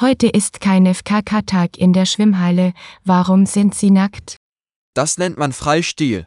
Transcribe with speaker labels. Speaker 1: Heute ist kein FKK-Tag in der Schwimmhalle, warum sind Sie nackt?
Speaker 2: Das nennt man Freistil.